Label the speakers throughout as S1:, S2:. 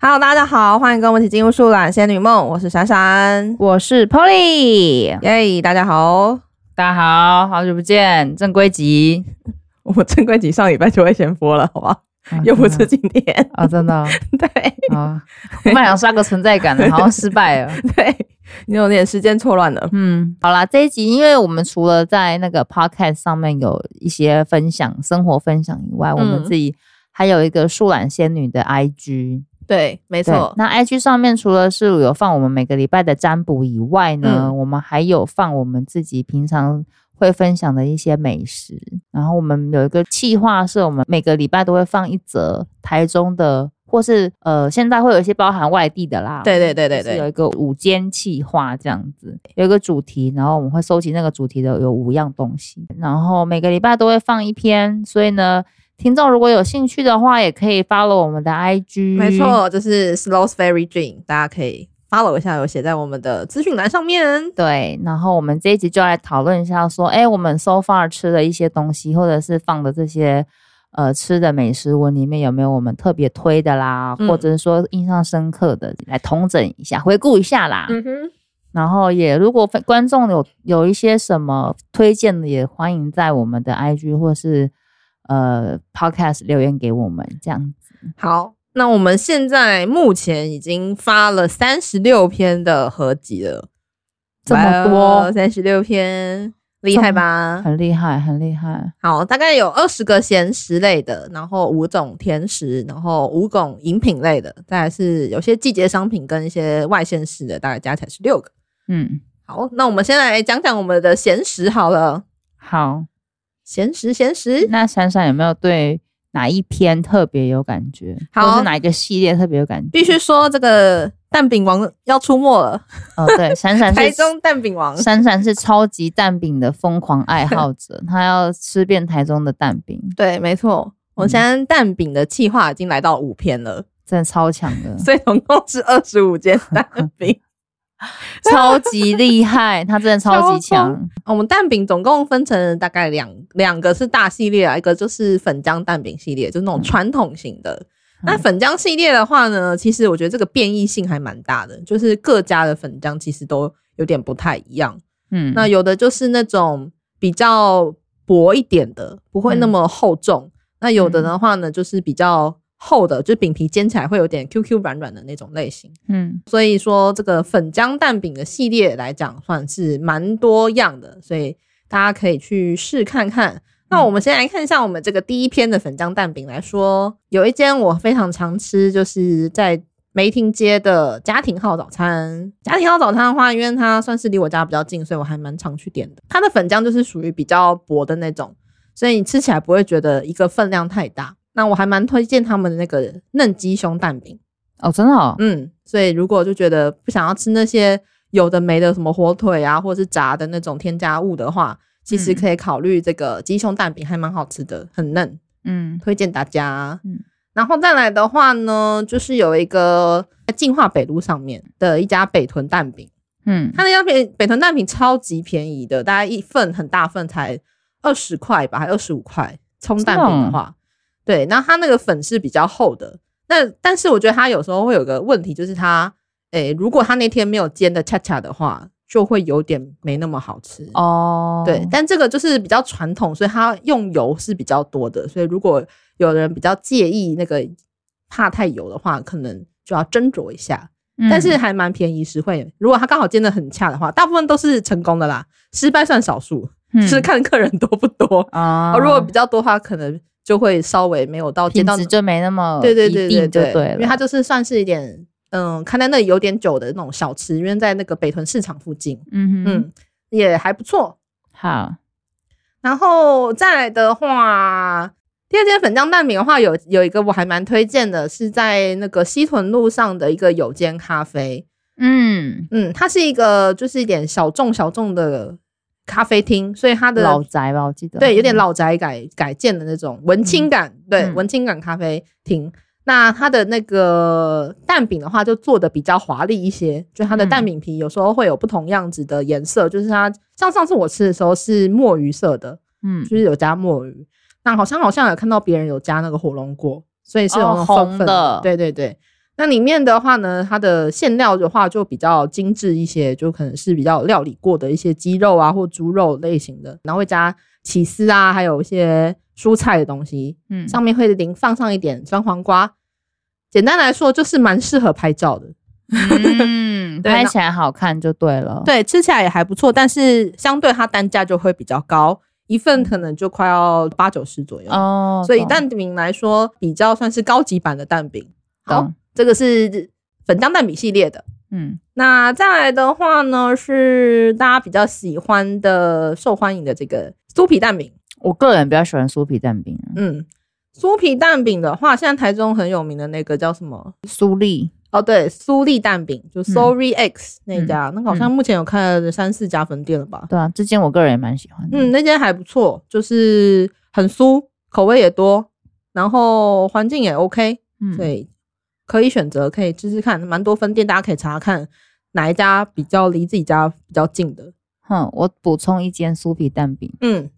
S1: Hello，大家好，欢迎跟我们一起进入《树懒仙女梦》，我是闪闪，
S2: 我是 Polly，
S1: 耶大家好。
S2: 大家好，好久不见，正规集，
S1: 我们正规集上礼拜就会先播了，好吧？
S2: 啊
S1: 又不
S2: 真的
S1: 是今天，
S2: 啊，真 的哦
S1: 对
S2: 啊，我本来想刷个存在感的，好像失败 了。
S1: 对，你有点时间错乱了。
S2: 嗯，好啦，这一集因为我们除了在那个 podcast 上面有一些分享生活分享以外，我们自己还有一个树懒仙女的 IG，
S1: 对，没
S2: 对，那 IG 上面除了是有放我们每个礼拜的占卜以外呢，
S1: 嗯
S2: 我们还有放我们自己平常会分享的一些美食。然后我们有一个计划，是我们每个礼拜都会放一则台中的，或是呃，现在会有一些包含外地的啦。
S1: 对对对对
S2: 就是有
S1: 对，
S2: 一个午间企划这样子，有一个主题，然后我们会收集那个主题的有五样东西，然后每个礼拜都会放一篇，所以呢，听众如果有兴趣的话，也可以 follow 我们的 IG，
S1: 没错，就是 Slow's Fairy Dream，大家可以 follow 一下，有写在我们的资讯栏上面。
S2: 对，然后我们这一集就来讨论一下，说，哎，我们 so far 吃的一些东西，或者是放的这些呃吃的美食文里面，有没有我们特别推的啦，
S1: 嗯
S2: 或者是说印象深刻的，来统整一下，回顾一下啦。
S1: 嗯哼，
S2: 然后也如果观众有有一些什么推荐的，也欢迎在我们的 IG 或是呃 Podcast 留言给我们，这样子。
S1: 好，那我们现在目前已经发了三十六篇的合集了，
S2: 这么多
S1: 三十六篇，厉害吧？
S2: 很厉害，很厉害。
S1: 好，大概有二十个咸食类的，然后五种甜食，然后五种饮品类的，再来是有些季节商品跟一些外县市的，大概加起来是六个。
S2: 嗯，
S1: 好，那我们先来讲讲我们的咸食好了，
S2: 好。
S1: 咸食咸食，
S2: 那闪闪有没有对哪一篇特别有感觉，
S1: 好
S2: 或是哪一个系列特别有感觉？
S1: 必须说这个蛋饼王要出没了，
S2: 哦，对，闪闪
S1: 台
S2: 是
S1: 中蛋饼王，
S2: 闪闪是超级蛋饼的疯狂爱 好者，他要吃遍台中的蛋饼，
S1: 对，没错。我现在蛋饼的计划已经来到五篇了，，
S2: 真的超强的
S1: 所以总共是二十五间蛋饼。
S2: 超级厉害，他真的超级
S1: 超
S2: 强。
S1: 我们蛋饼总共分成大概两两个是大系列啊，一个就是粉浆蛋饼系列，就是那种传统型的。那粉浆系列的话呢，其实我觉得这个变异性还蛮大的，就是各家的粉浆其实都有点不太一样。
S2: 嗯，
S1: 那有的就是那种比较薄一点的，不会那么厚重；那有的的话呢，就是比较厚的，就饼皮煎起来会有点 Q Q 软软的那种类型。
S2: 嗯
S1: 所以说这个粉浆蛋饼的系列来讲，算是蛮多样的，所以大家可以去试看看。那我们先来看一下我们这个第一篇的粉浆蛋饼来说，有一间我非常常吃，就是在梅亭街的家庭号早餐。家庭号早餐的话，因为它算是离我家比较近，所以我还蛮常去点的。它的粉浆就是属于比较薄的那种，所以你吃起来不会觉得一个分量太大。那我还蛮推荐他们的那个嫩鸡胸蛋饼。
S2: 哦，真的哦，
S1: 嗯，所以如果就觉得不想要吃那些有的没的什么火腿啊，或者是炸的那种添加物的话，其实
S2: 嗯
S1: 可以考虑这个鸡胸蛋饼，还蛮好吃的，很嫩，
S2: 嗯
S1: 推荐大家。
S2: 嗯
S1: 然后再来的话呢，就是有一个在进化北路上面的一家北屯蛋饼，
S2: 嗯，
S1: 它那家北北屯蛋饼超级便宜的，大概一份很大份才二十块吧，还二十五块。葱蛋饼的话，对，那它那个粉是比较厚的。那但是我觉得它有时候会有个问题，就是它，诶、如果它那天没有煎的恰恰的话，就会有点没那么好吃。
S2: 哦，
S1: 对，但这个就是比较传统，所以它用油是比较多的。所以如果有人比较介意那个怕太油的话，可能就要斟酌一下。
S2: 嗯
S1: 但是还蛮便宜实惠。如果他刚好煎的很恰的话，大部分都是成功的啦，失败算少数，
S2: 嗯
S1: 是看客人多不多。
S2: 啊
S1: 哦如果比较多的话，可能就会稍微没有到煎
S2: 品
S1: 到
S2: 质就没那么
S1: 对对对
S2: 一定
S1: 对
S2: 就
S1: 对，
S2: 对了，
S1: 因为它就是算是一点嗯，开在那里有点久的那种小吃，因为在那个北屯市场附近，
S2: 嗯哼
S1: 嗯，也还不错。
S2: 好
S1: 然后再来的话，第二间粉浆蛋饼的话，有有一个我还蛮推荐的，是在那个西屯路上的一个有间咖啡。
S2: 嗯
S1: 嗯，它是一个就是一点小众小众的咖啡厅，所以它的
S2: 老宅吧，我记得
S1: 对有点老宅改改建的那种文青感，对、
S2: 嗯
S1: 文青感咖啡厅。那它的那个蛋饼的话，就做的比较华丽一些，就它的
S2: 嗯
S1: 蛋饼皮有时候会有不同样子的颜色，就是它像上次我吃的时候是墨鱼色的，
S2: 嗯
S1: 就是有加墨鱼。那好像好像有看到别人有加那个火龙果，所以是有那种
S2: 哦
S1: 粉
S2: 红
S1: 粉
S2: 的
S1: 对对对。那里面的话呢，它的馅料的话就比较精致一些，就可能是比较料理过的一些鸡肉啊或猪肉类型的，然后会加起司啊，还有一些蔬菜的东西，
S2: 嗯，
S1: 上面会淋放上一点酸黄瓜。简单来说，就是蛮适合拍照的。
S2: 嗯，
S1: 对
S2: 拍
S1: 那
S2: 起来好看就对了。，
S1: 对，吃起来也还不错，但是相对它单价就会比较高，一份可能就快要八九十左右。
S2: 哦，
S1: 所以
S2: 懂
S1: 蛋饼来说，比较算是高级版的蛋饼。好
S2: 懂，，
S1: 这个是粉浆蛋饼系列的。
S2: 嗯，
S1: 那再来的话呢，是大家比较喜欢的、受欢迎的这个酥皮蛋饼。
S2: 我个人比较喜欢酥皮蛋饼啊，
S1: 嗯，酥皮蛋饼的话，现在台中很有名的那个叫什么？
S2: 酥粒，
S1: 哦，对，苏力蛋饼，就 Sorry X 那家，那个好像
S2: 嗯
S1: 目前有开了三四家分店了吧？
S2: 对啊，这间我个人也蛮喜欢的。
S1: 嗯，那间还不错，就是很酥，口味也多，然后环境也 OK，
S2: 嗯
S1: 所，以可以选择，可以试试看，蛮多分店，大家可以查看哪一家比较离自己家比较近的。
S2: 哼，我补充一间酥皮蛋饼，
S1: 嗯，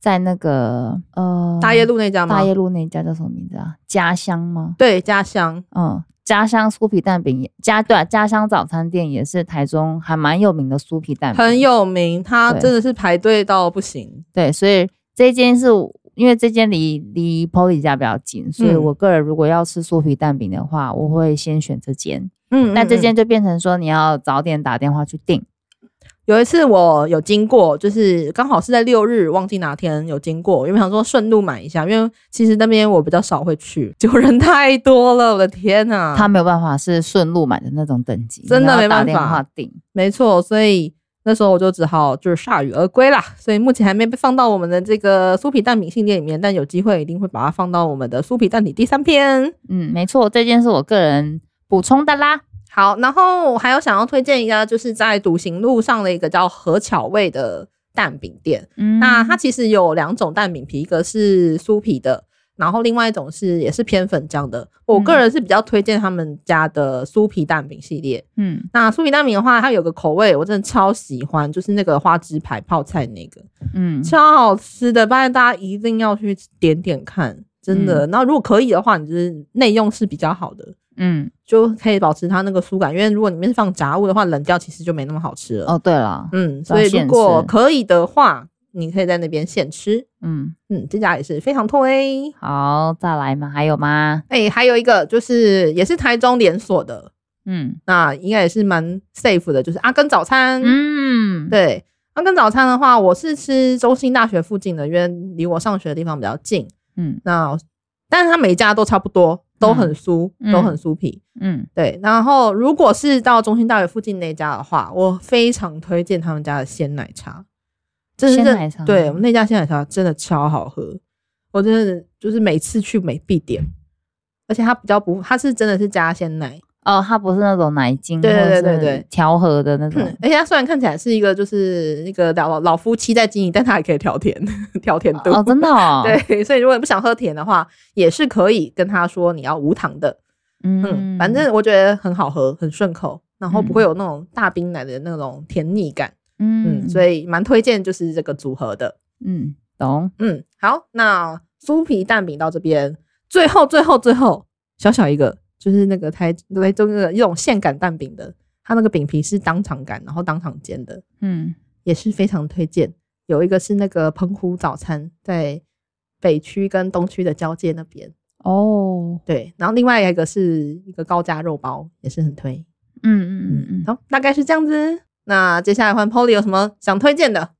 S2: 在那个呃
S1: 大业路那家吗？
S2: 大业路那家叫什么名字啊？家乡吗？
S1: 对家乡，
S2: 嗯，家乡酥皮蛋饼也家对、啊、家乡早餐店也是台中还蛮有名的酥皮蛋饼，
S1: 很有名，它
S2: 对
S1: 真的是排队到不行。
S2: 对，所以这间是我因为这间离离 Polly 家比较近，所以
S1: 嗯
S2: 我个人如果要吃酥皮蛋饼的话，我会先选这间。
S1: 嗯，
S2: 那这
S1: 嗯嗯
S2: 间就变成说你要早点打电话去订，
S1: 有一次我有经过，就是刚好是在六日，忘记哪天有经过，因为想说顺路买一下，因为其实那边我比较少会去， 结果人太多了，我的天呐、
S2: 他没有办法是顺路买的那种等级，
S1: 啊真的
S2: 你要
S1: 没办
S2: 打电
S1: 法
S2: 话订。
S1: 没错，所以那时候我就只好就是铩羽而归啦。所以目前还没被放到我们的这个酥皮蛋饼系列里面，但有机会一定会把它放到我们的酥皮蛋饼第三篇。
S2: 嗯，没错，这件是我个人补充的啦。
S1: 好，然后我还有想要推荐一家，就是在笃行路上的一个叫何巧味的蛋饼店。
S2: 嗯，
S1: 那它其实有两种蛋饼皮，一个是酥皮的，然后另外一种是也是偏粉浆的。我个人是比较推荐他们家的酥皮蛋饼系列。
S2: 嗯，
S1: 那酥皮蛋饼的话，它有个口味我真的超喜欢，就是那个花枝排泡菜那个，
S2: 嗯，
S1: 超好吃的，发现大家一定要去点点看，真的。那、如果可以的话，你就是内用是比较好的。
S2: 嗯，
S1: 就可以保持它那个酥感，因为如果里面是放杂物的话，冷掉其实就没那么好吃了。
S2: 哦，对了，
S1: 嗯，
S2: 都要
S1: 所以如
S2: 现
S1: 果
S2: 吃
S1: 可以的话，你可以在那边现吃。
S2: 嗯，
S1: 嗯，这家也是非常推。
S2: 好，再来吗？还有吗？
S1: 哎、还有一个就是也是台中连锁的，
S2: 嗯
S1: 那应该也是蛮 safe 的，就是阿根早餐。
S2: 嗯，，
S1: 对，阿根早餐的话，我是吃中兴大学附近的，因为离我上学的地方比较近。
S2: 嗯
S1: 那但是它每一家都差不多，都很酥，
S2: 嗯
S1: 都很酥皮。
S2: 嗯，
S1: 对，然后如果是到中兴大学附近那家的话，我非常推荐他们家的鲜奶茶。真是
S2: 鲜奶茶
S1: 对，我们那家鲜奶茶真的超好喝，我真的就是每次去每必点，而且它比较不，它是真的是加鲜奶，
S2: 哦，它不是那种奶精，
S1: 对对对对
S2: 或者是
S1: 对
S2: 调和的那 种
S1: 嗯，而且它虽然看起来是一个就是那个老老夫妻在经营，但它还可以调甜，调甜度。
S2: 哦，真的哦，，
S1: 对，所以如果你不想喝甜的话，也是可以跟他说你要无糖的，嗯，反正我觉得很好喝，很顺口，然后不会有那种大冰奶的那种甜腻感，嗯，
S2: 嗯，
S1: 所
S2: 以
S1: 以蛮推荐就是这个组合的，
S2: 嗯，懂，
S1: 嗯，好，那酥皮蛋饼到这边，最后最后最后小小一个就是那个台台中那个一种现擀蛋饼的，它那个饼皮是当场擀，然后当场煎的，
S2: 嗯
S1: 也是非常推荐。有一个是那个澎湖早餐，在北区跟东区的交界那边，
S2: 哦，
S1: 对，然后另外一个是一个高价肉包，也是很推。
S2: 嗯嗯嗯嗯，
S1: 好，大概是这样子。那接下来换 Polly 有什么想推荐的？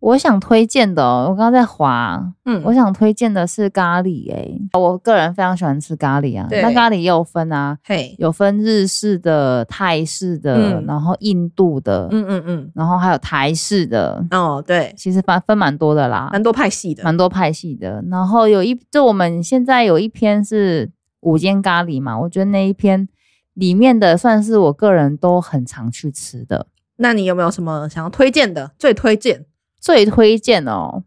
S2: 我想推荐的哦，我刚刚在滑，
S1: 嗯，
S2: 我想推荐的是咖喱，哎，我个人非常喜欢吃咖喱啊，
S1: 对
S2: 那咖喱也有分啊，
S1: 嘿，
S2: 有分日式的、泰式的，
S1: 嗯
S2: 然后印度的，
S1: 嗯嗯
S2: 然后还有台式的，
S1: 嗯，哦，对，
S2: 其实分分蛮多的啦，
S1: 蛮多派系的。
S2: 蛮多派系的。然后有一，就我们现在有一篇是午间咖喱嘛，我觉得那一篇里面的算是我个人都很常去吃的，
S1: 那你有没有什么想要推荐的？最推荐
S2: 最推荐哦。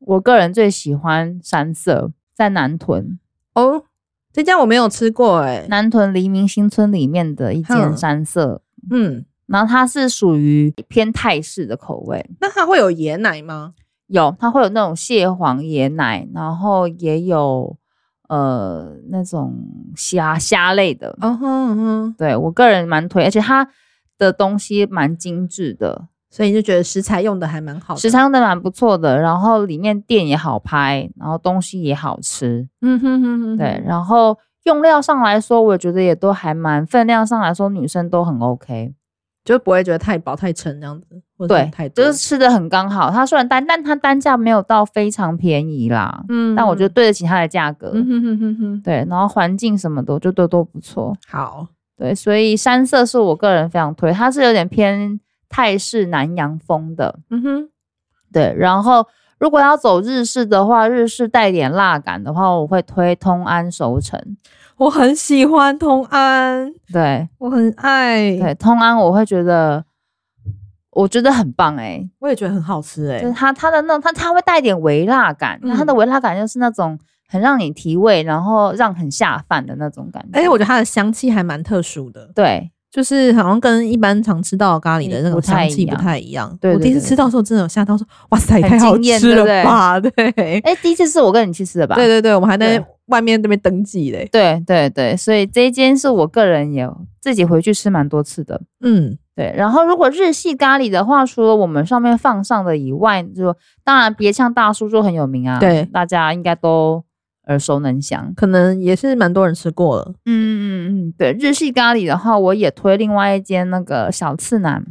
S2: 我个人最喜欢山色，在南屯，
S1: 哦，这家我没有吃过哎、
S2: 南屯黎明新村里面的一间
S1: 哼
S2: 山色，
S1: 嗯，
S2: 然后它是属于偏泰式的口味，
S1: 那它会有椰奶吗？
S2: 有，它会有那种蟹黄椰奶，然后也有呃那种虾虾类的。
S1: 哦哼嗯哼，
S2: 对我个人蛮推，而且它的东西蛮精致的，
S1: 所以你就觉得食材用的还蛮好的。
S2: 时常的蛮不错的。然后里面店也好拍，然后东西也好吃，
S1: 嗯哼哼哼，
S2: 对。然后用料上来说，我觉得也都还蛮分量上来说，女生都很 OK。
S1: 就不会觉得太饱太撑这样子，或者
S2: 对
S1: 是太，多
S2: 就是吃的很刚好。它虽然单，但它单价没有到非常便宜啦，
S1: 嗯
S2: 但我觉得对得起它的价格。
S1: 嗯哼哼哼哼，
S2: 对，然后环境什么的，我觉得都都不错。
S1: 好，
S2: 对，所以山色是我个人非常推，它是有点偏泰式南洋风的。
S1: 嗯哼，
S2: 对，然后如果要走日式的话，日式带点辣感的话，我会推通安熟成。
S1: 我很喜欢同安，
S2: 对
S1: 我很爱，
S2: 对，通安我会觉得，我觉得很棒哎、
S1: 我也觉得很好吃哎、
S2: 就是它它的那种它它会带点微辣感，那它的
S1: 嗯
S2: 微辣感就是那种很让你提味，然后让很下饭的那种感觉。
S1: 而且我觉得它的香气还蛮特殊的，
S2: 对
S1: 就是好像跟一般常吃到的咖喱的那种香气不
S2: 嗯不
S1: 太一样。
S2: 对对对
S1: 我第一次吃到的时候真的有吓到说，哇塞，
S2: 很
S1: 太好
S2: 惊艳
S1: 吃了吧？ 对对对
S2: 哎、第一次是我跟你去吃的吧？
S1: 对对，我们还在
S2: 对
S1: 外面那边登记嘞。
S2: 对对对，所以这一间是我个人也自己回去吃蛮多次的。
S1: 嗯，
S2: 对，然后如果日系咖喱的话，除了我们上面放上的以外，就当然别呛大叔就很有名啊，
S1: 对
S2: 大家应该都耳熟能详。
S1: 可能也是蛮多人吃过了。
S2: 嗯嗯嗯，对，日系咖喱的话，我也推另外一间那个小次男，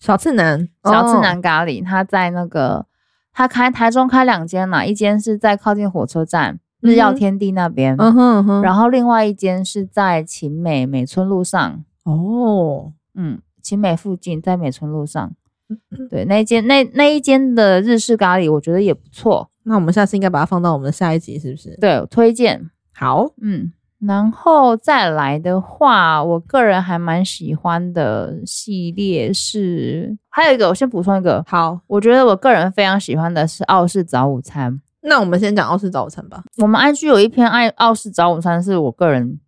S1: 小次男，
S2: 小次
S1: 哦
S2: 男咖喱，他在那个他开台中开两间啦，一间是在靠近火车站日
S1: 嗯
S2: 耀
S1: 哼
S2: 天地那边，
S1: 嗯哼嗯哼，
S2: 然后另外一间是在勤美美村路上，
S1: 哦，
S2: 嗯，勤美附近，在美村路上。
S1: 嗯
S2: 对，那一间那那一间的日式咖喱，我觉得也不错，
S1: 那我们下次应该把它放到我们的下一集，是不是？
S2: 对，我推荐。
S1: 好，
S2: 嗯，然后再来的话，我个人还蛮喜欢的系列是，还有一个，我先补充一个，
S1: 好，
S2: 我觉得我个人非常喜欢的是澳式早午餐。
S1: 那我们先讲澳式早餐吧。
S2: 我们 IG 有一篇爱澳式早午餐，是我个人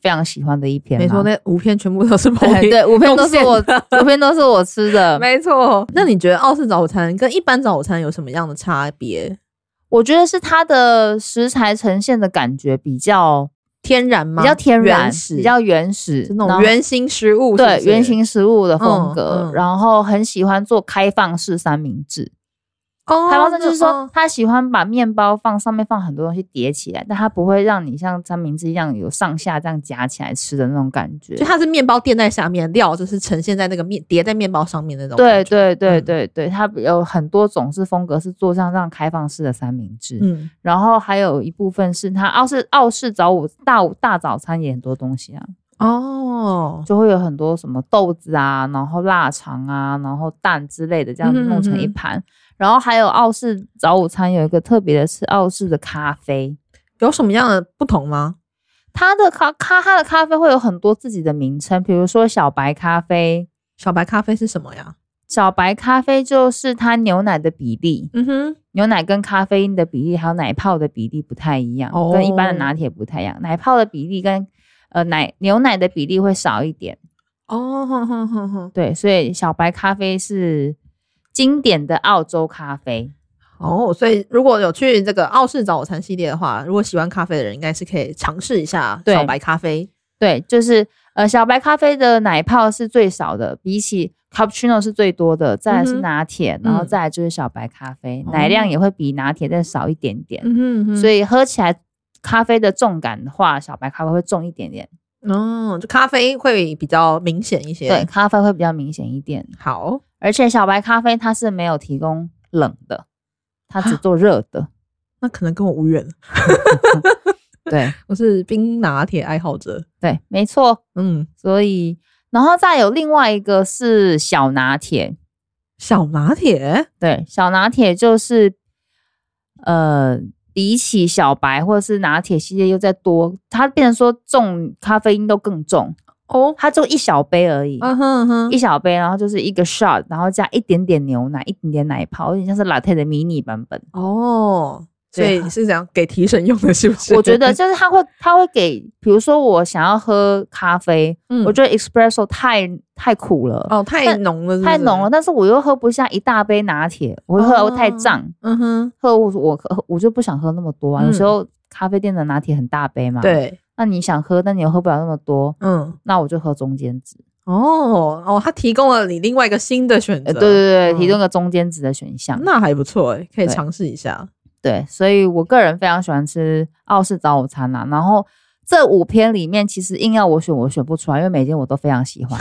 S2: 非常喜欢的一篇啦。
S1: 没错，那五篇全部都是彭
S2: 对
S1: 于
S2: 对，五篇都是
S1: 贡献
S2: 我
S1: 的，
S2: 五篇都是我吃 的。
S1: 没错。那你觉得澳式早餐跟一般早餐有什么样的差别？
S2: 我觉得是它的食材呈现的感觉比较
S1: 天然吗？
S2: 比较天然
S1: 原，始，
S2: 比较原始，
S1: 是那种
S2: 然后
S1: 圆形食物，
S2: 对
S1: 是不是
S2: 圆。形食物的风格，
S1: 嗯嗯
S2: 然后很喜欢做开放式三明治。
S1: 哦，
S2: 开放式就是说
S1: 哦，
S2: 他喜欢把面包放上面放很多东西叠起来，但他不会让你像三明治一样有上下这样夹起来吃的那种感觉
S1: 就。它是面包垫在下面，料就是呈现在那个面叠在面包上面那种。
S2: 对，对对
S1: 嗯
S2: 对对，它有很多种式风格是做像这样开放式的三明治。
S1: 嗯，
S2: 然后还有一部分是它澳式澳式早午大午大早餐也很多东西啊，
S1: 哦，
S2: 就会有很多什么豆子啊，然后腊肠啊，然后蛋之类的这样
S1: 嗯哼
S2: 弄成一盘。然后还有澳式早午餐有一个特别的是澳式的咖啡，
S1: 有什么样的不同吗？
S2: 它的咖咖它的咖啡会有很多自己的名称，比如说小白咖啡，
S1: 小白咖啡是什么呀？
S2: 小白咖啡就是它牛奶的比例，
S1: 嗯哼，
S2: 牛奶跟咖啡因的比例，还有奶泡的比例不太一样，
S1: 哦
S2: 跟一般的拿铁不太一样。奶泡的比例跟呃奶牛奶的比例会少一点，
S1: 哦，哼哼哼哼，
S2: 对，所以小白咖啡是经典的澳洲咖啡。
S1: 哦，所以如果有去这个澳式早餐系列的话，如果喜欢咖啡的人，应该是可以尝试一下
S2: 对
S1: 小白咖啡。
S2: 对，就是呃小白咖啡的奶泡是最少的，比起 cappuccino 是最多的，再来
S1: 嗯
S2: 是
S1: 哼
S2: 拿铁，然后再来就是小白咖啡，
S1: 哦
S2: 奶量也会比拿铁再少一点点，
S1: 嗯哼
S2: 所
S1: 以
S2: 以喝起来咖啡的重感的话，小白咖啡会重一点点，
S1: 嗯，就咖啡会比较明显一些。
S2: 对，，咖啡会比较明显一点。
S1: 好，
S2: 而且小白咖啡它是没有提供冷的，它
S1: 啊
S2: 只做热的。
S1: 那可能跟我无缘，
S2: 对
S1: 我是冰拿铁爱好者。
S2: 对，没错。
S1: 嗯，
S2: 所以，然后再有另外一个是小拿铁，
S1: 小拿铁
S2: 对，小拿铁就是呃，比起小白或者是拿铁系列又再多，它变成说重咖啡因都更重，
S1: 哦，
S2: 它就一小杯而已。
S1: 嗯哼哼
S2: 一，小杯，然后就是一个 shot，然后加一点点牛奶，一点点奶泡，有点像是 latte 的迷你版本。
S1: 哦，所
S2: 对
S1: 以你是讲给提神用的，是不是？
S2: 我觉得，就是他会，他会给，比如说我想要喝咖啡，
S1: 嗯
S2: 我觉得 espresso 太太苦了，
S1: 哦，太浓了是不是
S2: 太浓了，。但是我又喝不下一大杯拿铁，我会喝到太胀，
S1: 嗯哼，
S2: 喝我我我就不想喝那么多啊。
S1: 嗯
S2: 有时候咖啡店的拿铁很大杯嘛，，
S1: 对，
S2: 那你想喝，但你又喝不了那么多，
S1: 嗯，
S2: 那我就喝中间值。
S1: 哦哦，他提供了你另外一个新的选择，
S2: 呃，对对对，
S1: 嗯
S2: 提供个中间值的选项。
S1: 那还不错哎，可以
S2: 对
S1: 尝试一下。
S2: 对，所以我个人非常喜欢吃澳式早午餐啦、啊然后这五篇里面，其实硬要我选，我选不出来，因为每间我都非常喜 欢。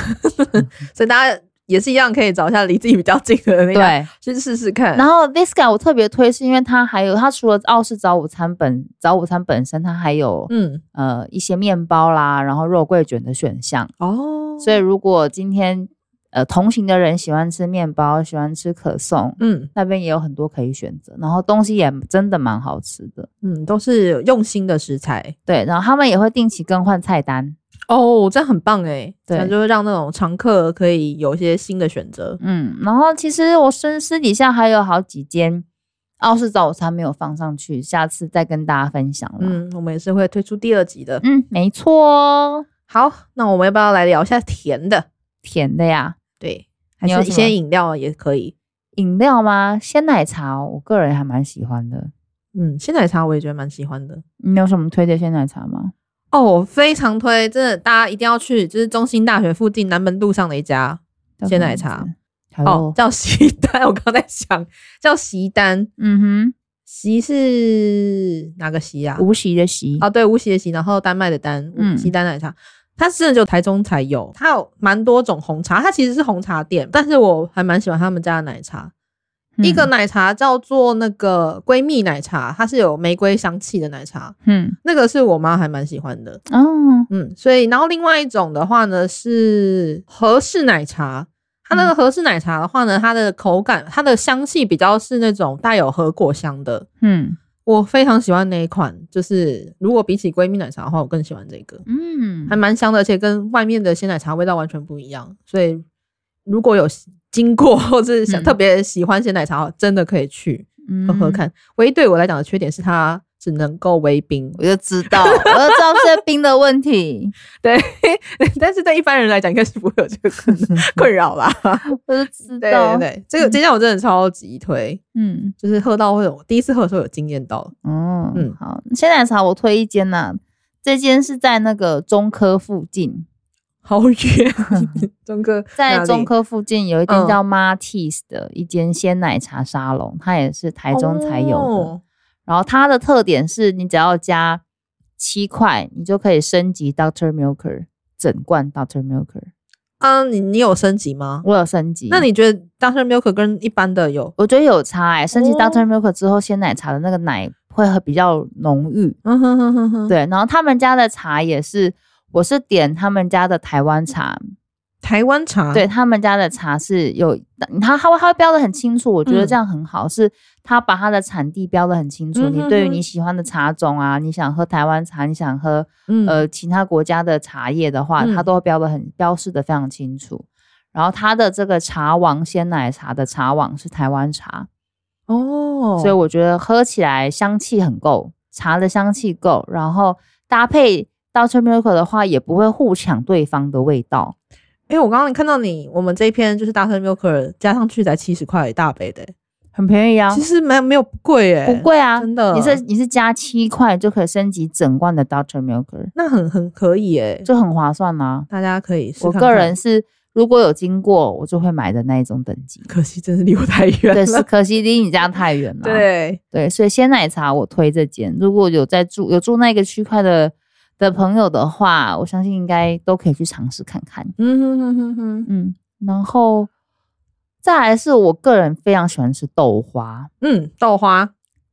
S1: 所以大家也是一样，可以找一下离自己比较近的那个
S2: 对，
S1: 去试试看。
S2: 然后 This guy 我特别推，是因为它还有它除了澳式早午餐本早午餐本身，它还有、
S1: 嗯，
S2: 呃一些面包啦，然后肉桂卷的选项。
S1: 哦，
S2: 所以如果今天呃同行的人喜欢吃面包，喜欢吃可颂，
S1: 嗯
S2: 那边也有很多可以选择，然后东西也真的蛮好吃的。
S1: 嗯，都是用心的食材
S2: 对，然后他们也会定期更换菜单。
S1: 哦，这样很棒哎，这
S2: 欸对
S1: 样就会让那种常客可以有一些新的选择。
S2: 嗯，然后其实我私私底下还有好几间澳式早餐没有放上去，下次再跟大家分享了。嗯
S1: 嗯，我们也是会推出第二集的。
S2: 没错哦，
S1: 好，那我们要不要来聊一下甜的？
S2: 甜的呀，
S1: 对，还
S2: 你有
S1: 是一
S2: 什么
S1: 些饮料也可以。
S2: 饮料吗？鲜奶茶哦，我个人还蛮喜欢的。
S1: 嗯，鲜奶茶我也觉得蛮喜欢的。
S2: 你有什么推荐鲜奶茶吗？
S1: 哦，我非常推，真的，大家一定要去，就是中心大学附近南门路上的一家
S2: 叫
S1: 鲜
S2: 什么
S1: 奶
S2: 名
S1: 茶
S2: 字。好
S1: 哦
S2: 哦，，
S1: 叫席丹。 我刚在想，叫席丹，
S2: 嗯
S1: 席是哪个席啊
S2: 哼，？无锡的席
S1: 哦，对，无锡的席，然后丹麦的丹，
S2: 嗯
S1: 席丹奶茶。它真的就台中才有，它有蛮多种红茶，它其实是红茶店，但是我还蛮喜欢他们家的奶茶。
S2: 嗯
S1: 一个，奶茶叫做那个闺蜜奶茶，它是有玫瑰香气的奶茶，
S2: 嗯
S1: 那个是我妈还蛮喜欢的。
S2: 嗯哦，
S1: 嗯，所以然后另外一种的话呢是和式奶茶，它
S2: 嗯
S1: 那个和式奶茶的话呢，它的口感、它的香气比较是那种带有核果香的，
S2: 嗯
S1: 我非常喜欢那一款。就是如果比起闺蜜奶茶的话，我更喜欢这个，
S2: 嗯
S1: 还，蛮香的，而且跟外面的鲜奶茶味道完全不一样。所以如果有经过或是想
S2: 嗯
S1: 特别喜欢鲜奶茶，真的可以去喝喝
S2: 嗯
S1: 看。唯一对我来讲的缺点是它只能够微冰，
S2: 我就知 道，我就知道是冰的问 题，
S1: 对，但是对一般人来讲，应该是不会有这个 困困扰吧？嗯
S2: 我就知
S1: 对
S2: 道
S1: 对，对，这个这家我真的超级推，
S2: 嗯
S1: 就是喝到会有第一次喝的时候有惊艳到。
S2: 哦
S1: 嗯
S2: 嗯，好，鲜奶茶我推一间呐、这间是在那个中科附近，
S1: 好 远，钟哥哪
S2: 在
S1: 里
S2: 中科附近有一间
S1: 嗯
S2: 叫 Martis 的一间鲜奶茶沙龙，它也是台中才有的。
S1: 哦
S2: 然后它的特点是你只要加七块，你就可以升级 Doctor Milker 整罐 Doctor Milker。
S1: 嗯，你你有升级吗？
S2: 我有升级，
S1: 那你觉得 Doctor Milk 跟一般的有？
S2: 我觉得有差哎、升级
S1: 哦
S2: Doctor Milk 之后，鲜奶茶的那个奶会比较浓郁。
S1: 嗯哼哼哼哼，
S2: 对，然后他们家的茶也是，我是点他们家的台湾茶，
S1: 台湾茶，
S2: 对，他们家的茶是有，他他会他会标的很清楚，我觉得
S1: 嗯
S2: 这样很好，是他把它的产地标的很清楚。
S1: 嗯哼
S2: 你对于
S1: 哼
S2: 你喜欢的茶种啊，你想喝台湾茶，你想喝、
S1: 嗯，
S2: 呃其他国家的茶叶的话，它
S1: 嗯
S2: 都会标的很标示的非常清楚。然后它的这个茶王鲜奶茶的茶王是台湾茶，
S1: 哦，
S2: 所以我觉得喝起来香气很够，茶的香气够，然后搭配 Doctor Miracle 的话，也不会互抢对方的味道。
S1: 哎，我刚刚看到你，我们这一篇就是 Doctor Milk 加上去才七十块一大杯的，欸
S2: 很便宜啊
S1: 其实没有没有不贵哎，
S2: 不，贵啊，
S1: 真的
S2: 你是你是加七块就可以升级整罐的 Doctor Milker，
S1: 那很很可以哎，
S2: 就很划算啦、
S1: 大家可以试
S2: 我
S1: 看
S2: 个
S1: 看。
S2: 人是如果有经过，我就会买的那一种等级
S1: 可惜真是离我太远
S2: 对，是
S1: 了。
S2: 可惜离你家太远了。
S1: 对，
S2: 对，所以鲜奶茶我推这间，如果有在住有住那个区块的的朋友的话，我相信应该都可以去尝试看看。
S1: 嗯哼哼哼哼，
S2: 嗯，然后再来是我个人非常喜欢吃豆花，
S1: 嗯，豆花，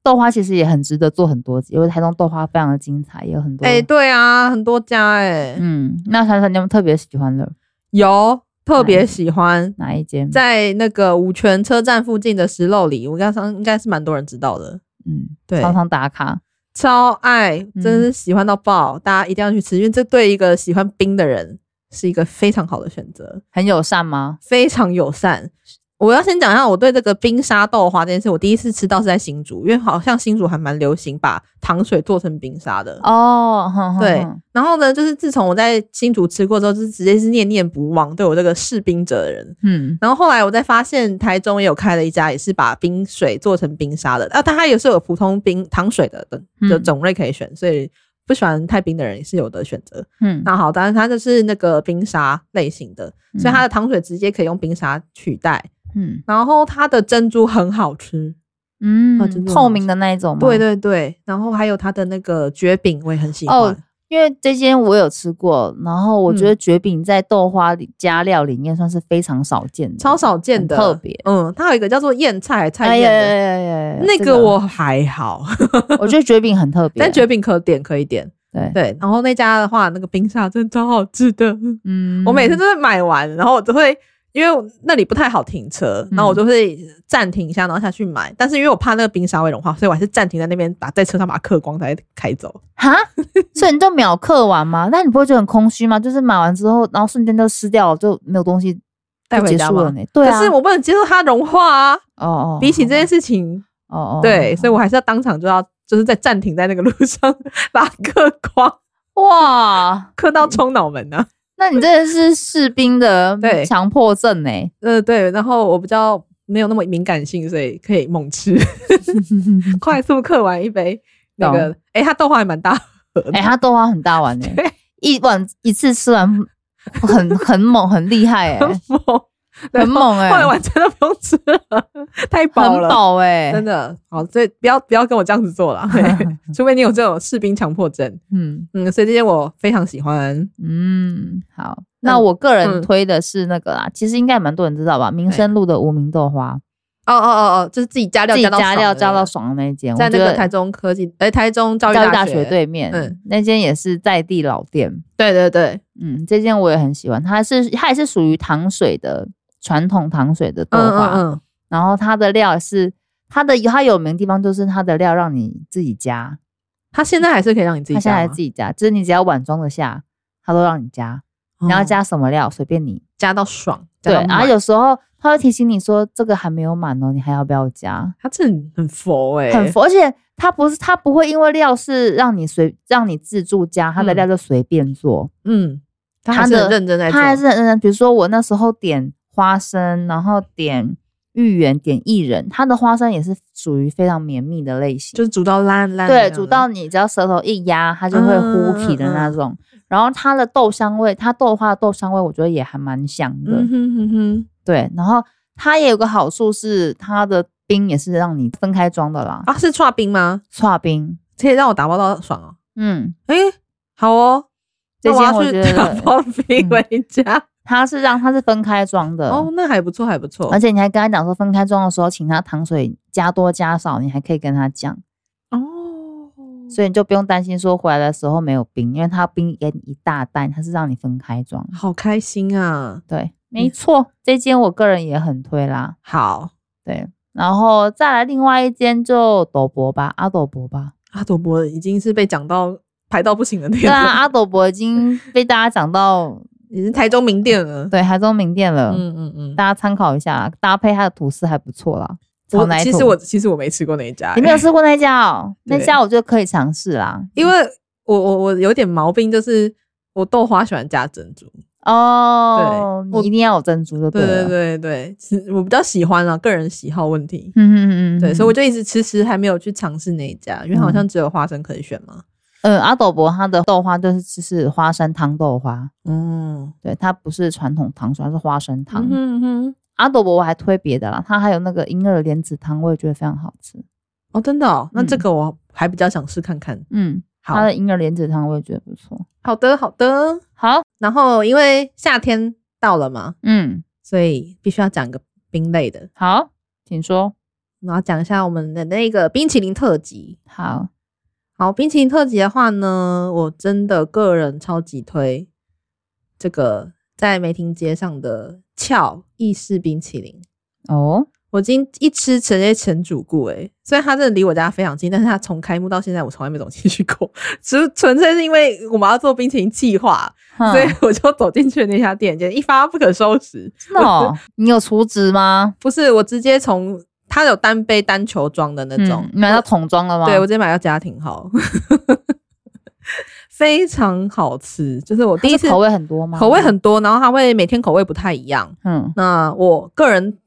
S2: 豆花其实也很值得做很多集，因为台中豆花非常的精彩，也有很多。
S1: 哎、对啊，很多家哎、
S2: 嗯，那闪闪你们特别喜欢的
S1: 有特
S2: 哎
S1: 别喜欢
S2: 哪一间？
S1: 在那个五泉车站附近的石漏里，我刚刚应该是蛮多人知道的，
S2: 嗯，
S1: 对
S2: 常常打卡。
S1: 超爱，
S2: 嗯
S1: 真是喜欢到爆，大家一定要去吃，因为这对一个喜欢冰的人是一个非常好的选择，
S2: 很友善吗？
S1: 非常友善。我要先讲一下我对这个冰沙豆花这件事，我第一次吃到是在新竹，因为好像新竹还蛮流行把糖水做成冰沙的。
S2: 哦，哼哼
S1: 对
S2: 哼，
S1: 然后呢，就是自从我在新竹吃过之后，就是直接是念念不忘对我这个嗜冰者的人。
S2: 嗯，
S1: 然后后来我再发现台中也有开了一家，也是把冰水做成冰沙的，啊，但它也是有普通冰糖水的的的
S2: 嗯
S1: 种类可以选，所以不喜欢太冰的人也是有的选择。
S2: 嗯，
S1: 那好，当然它就是那个冰沙类型的，所以它的糖水直接可以用冰沙取代。
S2: 嗯
S1: 然后它的珍珠很好吃，啊真
S2: 嗯，
S1: 的
S2: 透
S1: 吗
S2: 明的那一种吗？
S1: 对对对，然后还有它的那个绝饼我也很喜欢。
S2: 哦因为这间我有吃过，然后我
S1: 嗯
S2: 觉得绝饼在豆花里加料里面算是非常少见的，
S1: 超少见的，
S2: 很特别
S1: 嗯，它有一个叫做燕菜菜
S2: 哎
S1: 燕
S2: 呀
S1: 的，
S2: 呀呀呀呀！
S1: 那
S2: 这
S1: 个我还 好，
S2: 啊我觉得绝饼 很特别，
S1: 但绝饼可点可以点。
S2: 对，
S1: 对，然后那家的话，那个冰沙真的超好吃的，
S2: 嗯
S1: 我每次都会买完，然后我就会。因为我那里不太好停车，
S2: 嗯
S1: 然后我就会暂停一下，然后下去买。但是因为我怕那个冰沙会融化，所以我还是暂停在那边把在车上把它嗑光才开走。
S2: 哈，所以你就秒刻完吗？那你不会觉得很空虚吗？就是买完之后，然后瞬间就吃掉了，就没有东西
S1: 带
S2: 就
S1: 回
S2: 结
S1: 家
S2: 束
S1: 吗
S2: 了呢。对啊，
S1: 可是我不能接受它融化啊！
S2: 哦哦，
S1: 比起这件
S2: 些
S1: 事情，
S2: 哦哦，
S1: 对，所以
S2: 以
S1: 我还是要当场就要，就是在暂停在那个路上 把它嗑光，
S2: 哇，
S1: 嗑到冲脑门啊。
S2: 那你真的是士兵的
S1: 对
S2: 强迫症呢？
S1: 呃，对，然后我比较没有那么敏感性，所以可以猛 吃，快速嗑完一杯那个
S2: 懂，
S1: 诶，它豆花还蛮大盒的，
S2: 哎，它豆花很大碗呢
S1: 对，
S2: 一碗一次吃完很 很猛很 厉害哎
S1: 很，猛，
S2: 很猛哎
S1: 后来晚餐都不用吃了，太饱
S2: 很
S1: 了。
S2: 饱哎，
S1: 真的好，所以不要不要跟我这样子 做了，对除非你有这种士兵强迫症。
S2: 嗯
S1: 嗯，所以这些我非常喜欢。
S2: 嗯，好，那
S1: 嗯
S2: 我个人
S1: 嗯
S2: 推的是那个啦，其实应该也蛮多人知道吧，民生路的无名豆花。
S1: 哦哦哦哦，就是自己加料
S2: 自己
S1: 到
S2: 加料
S1: 爽的
S2: 加到爽的那一间，
S1: 在
S2: 我
S1: 那
S2: 觉
S1: 个
S2: 得
S1: 台中科技，哎、台中教育
S2: 教育
S1: 大
S2: 大
S1: 学
S2: 学，对面，
S1: 嗯
S2: 那间也是在地老店，
S1: 对对对，
S2: 嗯，这间我也很喜欢，它是它也是属于糖水的传统糖水的豆
S1: 嗯
S2: 花，
S1: 嗯
S2: 然后它的料是它的它有名的地方就是它的料让你自己加，
S1: 他现在还是可以让你自己
S2: 它现在
S1: 加
S2: 还
S1: 吗
S2: 自，己加，就是你只要碗装得下，它都让你加，你要
S1: 哦
S2: 加什么料随便你，
S1: 加到爽，
S2: 对，
S1: 加到
S2: 然后
S1: 满
S2: 有时候它会提醒你说这个还没有满哦，你还要不要加？
S1: 他这很很佛哎、
S2: 很佛，而且它不是它不会因为料是让你随让你自助加，它的
S1: 嗯
S2: 料就随便做，
S1: 嗯，他
S2: 它
S1: 还是很
S2: 的
S1: 认真在
S2: 它
S1: 做，
S2: 还是很认真。比如说我那时候点花生，然后点芋圆，点薏仁，它的花生也是属于非常绵密的类型，
S1: 就是煮到烂烂，
S2: 对，煮到，你只要舌头一压，它就会
S1: 嗯
S2: 糊皮的那
S1: 嗯嗯
S2: 种。然后它的豆香味，它豆花的豆香味，我觉得也还蛮香的。
S1: 嗯哼哼哼，
S2: 对，然后它也有个好处是，它的冰也是让你分开装的啦，
S1: 啊，是串冰吗？
S2: 刨冰。
S1: 可以让我打包到爽哦，
S2: 嗯，
S1: 哎、好哦，
S2: 这
S1: 那我
S2: 间
S1: 要
S2: 我
S1: 去
S2: 觉得嗯
S1: 打包冰回家，
S2: 它是让它是分开装的，
S1: 哦，那还不错，还不错
S2: 而，且你还跟他讲说分开装的时候，请他糖水加多加少，你还可以跟他讲，
S1: 哦，
S2: 所以你就不用担心说回来的时候没有冰，因为它冰给你一大袋，它是让你分开装。
S1: 好开心啊，
S2: 对，没错，这间我个人也很推啦。
S1: 好。
S2: 对，然后再来另外一间就斗博吧，阿斗博吧。
S1: 阿朵伯已经是被讲到排到不行的那
S2: 对
S1: 种，
S2: 啊，阿斗博已经被大家讲到
S1: 已经台中名店了。
S2: 对啊台中名店了，
S1: 嗯嗯嗯，
S2: 大家参考一下，搭配它的吐司还不错啦。
S1: 我
S2: 草奶
S1: 其
S2: 吐
S1: 实我其实我没吃过那一家、
S2: 你没有试过那家哦？
S1: 对
S2: 那家我觉得可以尝试啦，
S1: 因为我我我有点毛病，就是我豆花喜欢加珍珠。
S2: 哦，
S1: 对
S2: 你一定要有珍珠就
S1: 对
S2: 了。
S1: 对对对，是我比较喜欢啊，个人喜好问题。
S2: 嗯嗯嗯，嗯
S1: 对，所以我
S2: 就
S1: 就一直迟迟还没有去尝试那一家，因为好像只有花生可以选嘛。
S2: 嗯，阿斗伯他的豆花就是就是花生汤豆花，
S1: 嗯，
S2: 对，它不是传统哦糖水，它是花生汤。
S1: 嗯哼哼，
S2: 阿斗伯我还推别的啦，它还有那个银耳莲子汤，我也觉得非常好吃。
S1: 哦，真的哦，那
S2: 嗯
S1: 这个我还比较想试看看。
S2: 嗯，
S1: 好
S2: 它的银耳莲子汤我也觉得不错。
S1: 好的好的，
S2: 好，
S1: 然后因为夏天到了嘛，
S2: 嗯，
S1: 所以必须要讲一个冰类的。
S2: 好，请说。
S1: 然后讲一下我们的那个冰淇淋特辑。
S2: 好，
S1: 好，冰淇淋特辑的话呢，我真的个人超级推这个在梅亭街上的俏意式冰淇淋。
S2: 哦，
S1: 我今一吃直接成主顾哎、虽然它真的离我家非常近，但是它从开幕到现在我从来没走进去过，只纯粹是因为我们要做冰淇淋计划，
S2: 哼
S1: 所以我就走进去了那家店，就一发不可收拾。
S2: 真的哦，你有储值吗？
S1: 不是，我直接从它有单杯单球装的那种
S2: 嗯，，你买到桶装了吗？
S1: 对我直接买到家庭号， 非常好吃。就是我
S2: 它
S1: 第
S2: 是
S1: 一次
S2: 口味很多吗？
S1: 口味很多，然后它会每天口味不太一样。
S2: 嗯
S1: 那我个人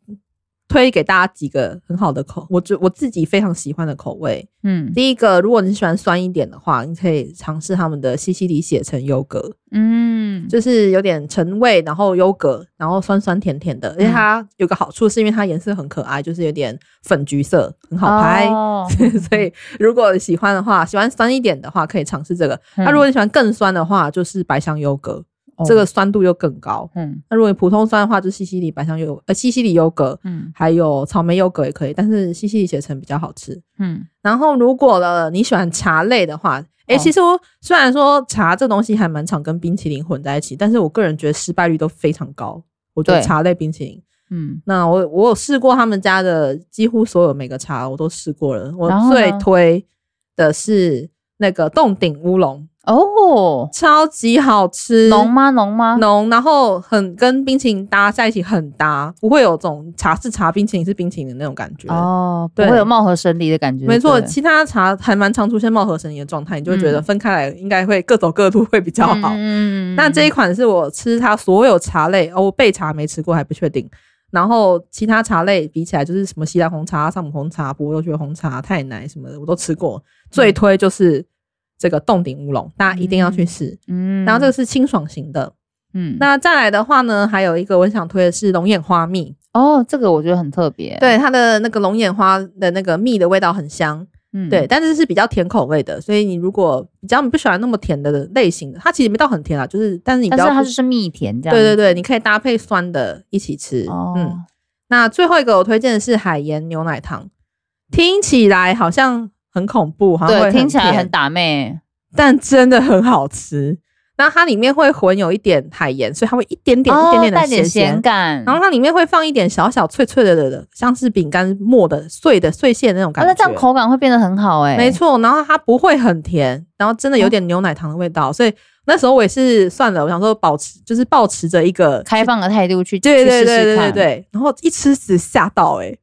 S1: 推给大家几个很好的口，我觉我自己非常喜欢的口味。
S2: 嗯
S1: 第一个，如果你喜欢酸一点的话，你可以尝试他们的西西里血橙优格，
S2: 嗯，
S1: 就是有点橙味，然后优格，然后酸酸甜甜的。而且
S2: 嗯
S1: 它有个好处是因为它颜色很可爱，就是有点粉橘色，很好拍。
S2: 哦
S1: 所以，如果喜欢的话，喜欢酸一点的话，可以尝试这个。那、
S2: 嗯哦
S1: 如果你喜欢更酸的话，就是白香优格，这个酸度又更高。
S2: 嗯
S1: 那如果你普通酸的话，就西西里白香优呃西西里优格，
S2: 嗯
S1: 还有草莓优格也可以，但是西西里血橙比较好吃。
S2: 嗯
S1: 然后如果呢你喜欢茶类的话，诶、
S2: 哦
S1: 其实我虽然说茶这东西还蛮常跟冰淇淋混在一起，但是我个人觉得失败率都非常高。我觉得
S2: 对
S1: 茶类冰淇淋，
S2: 嗯，
S1: 那我我有试过他们家的几乎所有每个茶我都试过了，我
S2: 然后呢
S1: 最推的是那个洞顶乌龙，
S2: 哦，
S1: 超级好吃，
S2: 浓吗？浓吗？
S1: 浓，然后很跟冰淇淋搭在一起很搭，不会有这种茶是茶，冰淇淋是冰淇淋的那种感觉。
S2: 哦，不
S1: 对
S2: 会有貌合神离的感觉。
S1: 没错，
S2: 对不对
S1: 其他茶还蛮常出现貌合神离的状态，你就会觉得
S2: 嗯
S1: 分开来应该会各走各路，会比较好。
S2: 嗯
S1: 那这一款是我吃它所有茶类，哦，我焙茶没吃过，还不确定。然后其他茶类比起来，就是什么西兰红茶、上姆红茶、博多雀红茶、泰奶什么的，我都吃过。最
S2: 嗯
S1: 推就是这个洞顶乌龙，大家一定要去试。
S2: 嗯
S1: 然后这个是清爽型的，
S2: 嗯，那
S1: 那再来的话呢，还有一个我想推的是龙眼花蜜，
S2: 哦，这个我觉得很特别。，
S1: 对它的那个龙眼花的那个蜜的味道很香，
S2: 嗯
S1: 对，，但是是比较甜口味的，所以你如果比较你不喜欢那么甜的类型的，它其实没到很甜啊，就是但是你比
S2: 但是
S1: 较
S2: 它
S1: 不
S2: 就是蜜甜这样。
S1: 对对对，你可以搭配酸的一起吃，
S2: 哦，
S1: 嗯。那最后一个我推荐的是海盐牛奶糖，听起来好像很恐怖，好像会
S2: 对，听起来
S1: 甜
S2: 很打妹。
S1: 但真的很好吃。那它里面会混有一点海盐，所以它会一点点、一点点
S2: 哦
S1: 的
S2: 带点
S1: 咸
S2: 咸感，
S1: 然后它里面会放一点小小脆脆的的的，像是饼干末的碎的碎屑的那种
S2: 哦
S1: 感觉。
S2: 那这样口感会变得很好哎。
S1: 没，错，然后它不会很甜，然后真的有点牛奶糖的味道，所以那时候我也是算了，我想说保持就是保持着一个
S2: 开，放的态度去
S1: 对对
S2: 去试
S1: 对
S2: 试
S1: 对对
S2: 看
S1: 对，然后一吃时吓到哎、欸，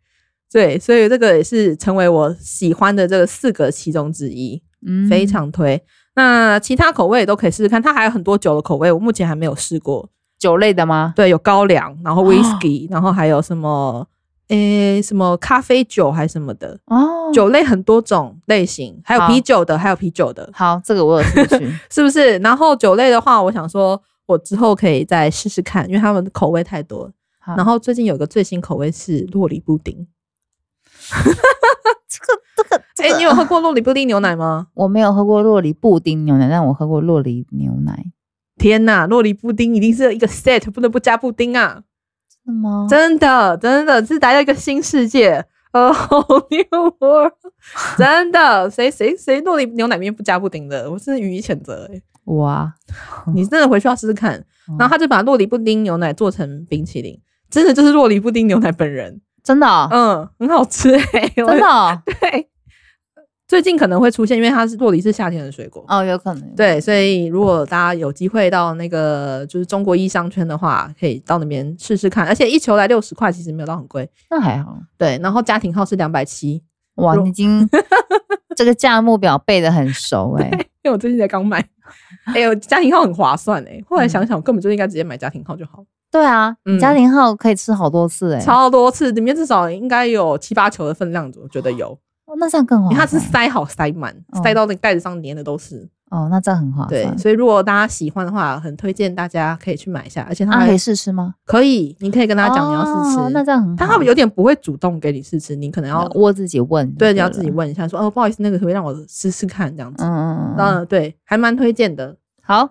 S1: 对，所以这个也是成为我喜欢的这个四个其中之一。
S2: 嗯
S1: 非常推。那其他口味也都可以试试看，它还有很多酒的口味，我目前还没有试过。
S2: 酒类的吗？
S1: 对，有高粱，然后
S2: 哦
S1: whisky，、然后还有什么，诶、什么咖啡酒还是什么的，
S2: 哦，
S1: 酒类很多种类型，还有
S2: 好
S1: 啤酒的，还有啤酒的，
S2: 好，这个我有 兴趣。
S1: 是不是？然后酒类的话，我想说。我之后可以再试试看，因为他们的口味太多了。
S2: 好
S1: 然后最近有个最新口味是洛里布 丁，
S2: 这个这个，
S1: 哎、你有喝过洛里布丁牛奶吗？
S2: 我没有喝过洛梨布丁牛奶，但我喝过洛梨牛奶，
S1: 天呐，洛里布丁一定是一个 set，不能不加布丁啊！
S2: 真的吗？
S1: 真的，真的是来到一个新世界，a whole new world。真的，谁谁谁弄的牛奶面不加布丁的，我是予以谴责、欸。
S2: 哇，
S1: 你真的回去要试试看。
S2: 嗯
S1: 然后他就把洛梨布丁牛奶做成冰淇淋，真的就是洛梨布丁牛奶本人，
S2: 真的哦，
S1: 嗯，很好吃、欸。
S2: 真的哦，
S1: 我对，最近可能会出现，因为它是洛梨是夏天的水果。
S2: 哦有可能，
S1: 对，所以如果大家有机会到那个就是中国一商圈的话，可以到那边试试看，而且一球来六十块，其实没有到很贵。
S2: 那还好。
S1: 对，然后家庭号是两百七，
S2: 哇，
S1: 如
S2: 你 已经这个价目表背的很熟哎、
S1: 因为我最近才刚 买。哎、呦，家庭号很划算哎、
S2: 嗯
S1: 后来想想，我根本就应该直接买家庭号就好，
S2: 对啊，
S1: 嗯
S2: 你家庭号可以吃好多次哎、
S1: 超多次，里面至少应该有七八球的分量，我觉得有，
S2: 哦那这样更
S1: 因
S2: 划
S1: 为它
S2: 算。
S1: 是塞好塞满，
S2: 哦
S1: 塞到那个袋子上粘的都是。
S2: 哦，那这样很划
S1: 对，
S2: 算。
S1: 所以如果大家喜欢的话，很推荐大家可以去买一下，而且它
S2: 那
S1: 还
S2: 啊可以试吃吗？
S1: 可以，你可以跟他讲你要试吃，
S2: 哦那这样嗯很好。
S1: 但他们有点不会主动给你试吃，你可能要
S2: 我自己问，
S1: 对你要自己。问一下说哦，不好意思，那个可不可以让我试试看这样子？
S2: 嗯嗯嗯嗯，
S1: 嗯，对，还蛮推荐的。
S2: 好，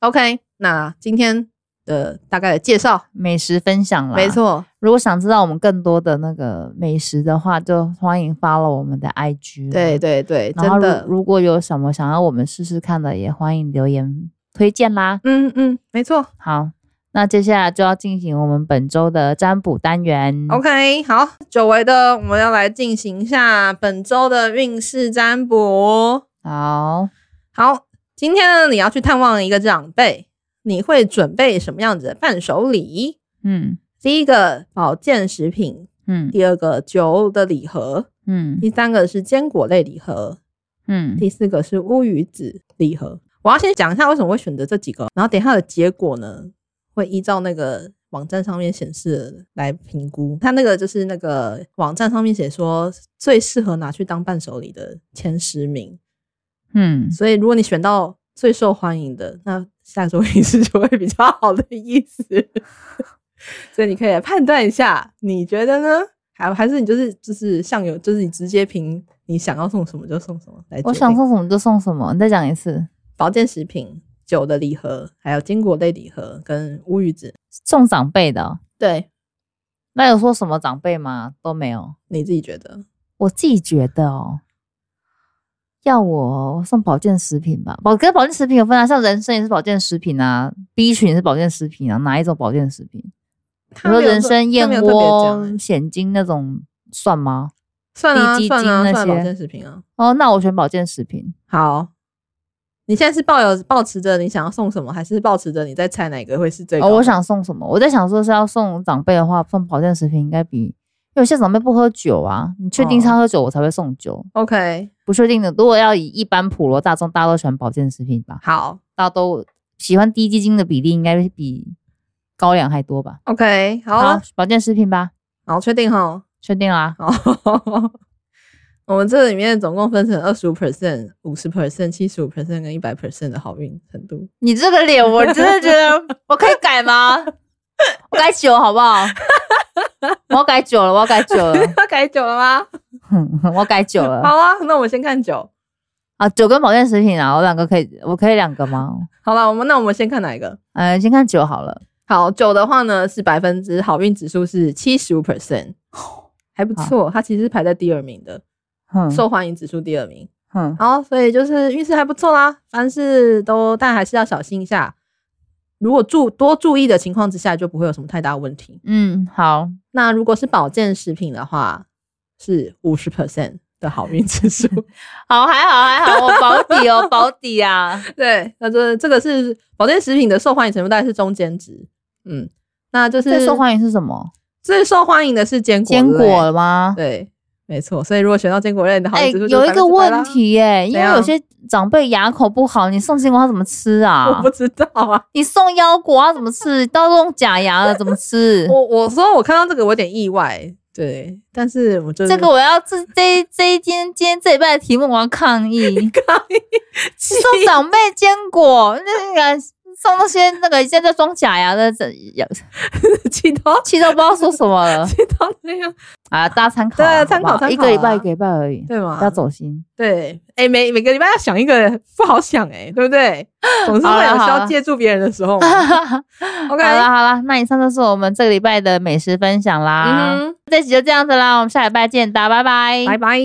S1: OK，那今天的大概的介绍，
S2: 美食分享啦，
S1: 没。错，
S2: 如果想知道我们更多的那个美食的话，就欢迎 follow 我们的 IG 啦。
S1: 对对对，
S2: 然后
S1: 真
S2: 如
S1: 的，
S2: 如果有什么想要我们试试看的，也欢迎留言推荐啦。
S1: 嗯嗯，没错，
S2: 好，那接下来就要进行我们本周的占卜单元。
S1: OK，好，久违的，我们要来进行一下本周的运势占卜。哦
S2: 好，
S1: 好，今天呢，你要去探望一个长辈，你会准备什么样子的伴手礼？
S2: 嗯
S1: 第一个保健食品，
S2: 嗯
S1: 第二个酒的礼盒，
S2: 嗯
S1: 第三个是坚果类礼盒，
S2: 嗯
S1: 第四个是乌鱼子礼盒。我要先讲一下为什么会选择这几个，然后等一下的结果呢，会依照那个网站上面显示的来评估。它那个就是那个网站上面写说最适合拿去当伴手礼的前十名，
S2: 嗯，
S1: 所以如果你选到最受欢迎的，那下周运势就会比较好的意思。 所以你可以来判断一下，你觉得呢？还还是你就是就是像有就是你直接凭你想要送什么就送什么来决定。
S2: 我想送什么就送什么。你再讲一次，
S1: 保健食品、酒的礼盒，还有坚果类礼盒跟乌鱼子。
S2: 送长辈的哦、
S1: 对，
S2: 那有说什么长辈吗？都没有。
S1: 你自己觉得？
S2: 我自己觉得哦，要我送保健食品吧。保跟保健食品有分啊，像人参也是保健食品啊，B 群也是保健食品啊，哪一种保健食品？比
S1: 他
S2: 如说
S1: 没有
S2: 人
S1: 特
S2: 参、
S1: 他没有
S2: 燕
S1: 特别讲
S2: 窝、
S1: 欸
S2: 鲜精那种算吗？
S1: 算啊
S2: 低基
S1: 算
S2: 金
S1: 啊
S2: 那
S1: 算保
S2: 些
S1: 健食品啊。
S2: 哦，那我选保健食品。
S1: 好，你现在是抱有抱持着你想要送什么，还是抱持着你在猜哪个会是最高
S2: 哦，
S1: 的？
S2: 我想送什么？我在想说是要送长辈的话，送保健食品应该比，因为有些长辈不喝酒啊，你确定是
S1: 哦
S2: 他喝酒，我才会送酒。
S1: OK，
S2: 不确定的，如果要以一般普罗大众，大家都喜欢保健食品吧？
S1: 好
S2: 大家都喜欢低基金的比例应该比高粱还多吧？
S1: ，OK，好啊，
S2: 保健食品吧，
S1: 好，确定哈。
S2: 确定啊啦。
S1: 好， 我们这里面总共分成二十五 percent、五十 percent、七十五 percent 跟一百 percent 的好运程度。
S2: 你这个脸，我真的觉 得我可以改吗？我改酒好不好？我要改酒了，我要改酒了，
S1: 要 改酒了吗？
S2: 我要改酒了。
S1: 好啊，那我们先看酒。
S2: 啊，酒跟保健食品啊，我两个可以，我可以两个吗？
S1: 好了，我们那我们先看哪一个？
S2: 呃，先看酒好了。
S1: 好，酒的话呢是百分之好运指数是七十五 percent，还不错，它其实是排在第二名的，
S2: 哼
S1: 受欢迎指数第二名。
S2: 哼，
S1: 好，所以就是运势还不错啦，凡事都但还是要小心一下。如果注多注意的情况之下，就不会有什么太大问题。
S2: 嗯，好，
S1: 那如果是保健食品的话，是五十 percent 的好运指 数。
S2: 好，还好，还好，我保底 哦，保底啊。
S1: 对，那这这个是保健食品的受欢迎程度大概是中间值。嗯，那就是
S2: 最受欢迎是什么？
S1: 最受欢迎的是坚果
S2: 坚
S1: 类
S2: 果吗？
S1: 对，没错。所以如果选到坚果类的好
S2: 哎、
S1: 运指数、
S2: 有一个问、题耶、因
S1: 怎
S2: 为
S1: 样
S2: 有些长辈牙口不好，你送坚果他怎么吃
S1: 我
S2: 啊
S1: 不？知道啊。
S2: 你送腰果他怎么吃？到这种假牙了怎么吃？
S1: 我我说我看到这个我有点意外，对，但是我就是
S2: 这个我要这这这一天今天这礼拜的题目我要 抗议，
S1: 气
S2: 送长辈坚果，那个送那些那个现在装假牙的，这
S1: 气到
S2: 气都不知道说什么了
S1: 气到那样，
S2: 啊！大家参考啊，
S1: 对
S2: 好不
S1: 参考
S2: 好
S1: 参考
S2: 一个礼拜
S1: 啊
S2: 一个礼拜而已，
S1: 对吗？
S2: 不要走心。
S1: 对，哎、每每个礼拜要想一个不好想哎、对不 对？总是
S2: 好
S1: 会
S2: 啦
S1: 有需
S2: 好
S1: 要
S2: 啦
S1: 借助别人的时候嘛。OK，
S2: 好啦好啦，那以上就是我们这个礼拜的美食分享啦。
S1: 嗯哼，
S2: 嗯这集就这样子啦，我们下礼拜见，大家拜拜，
S1: 拜拜。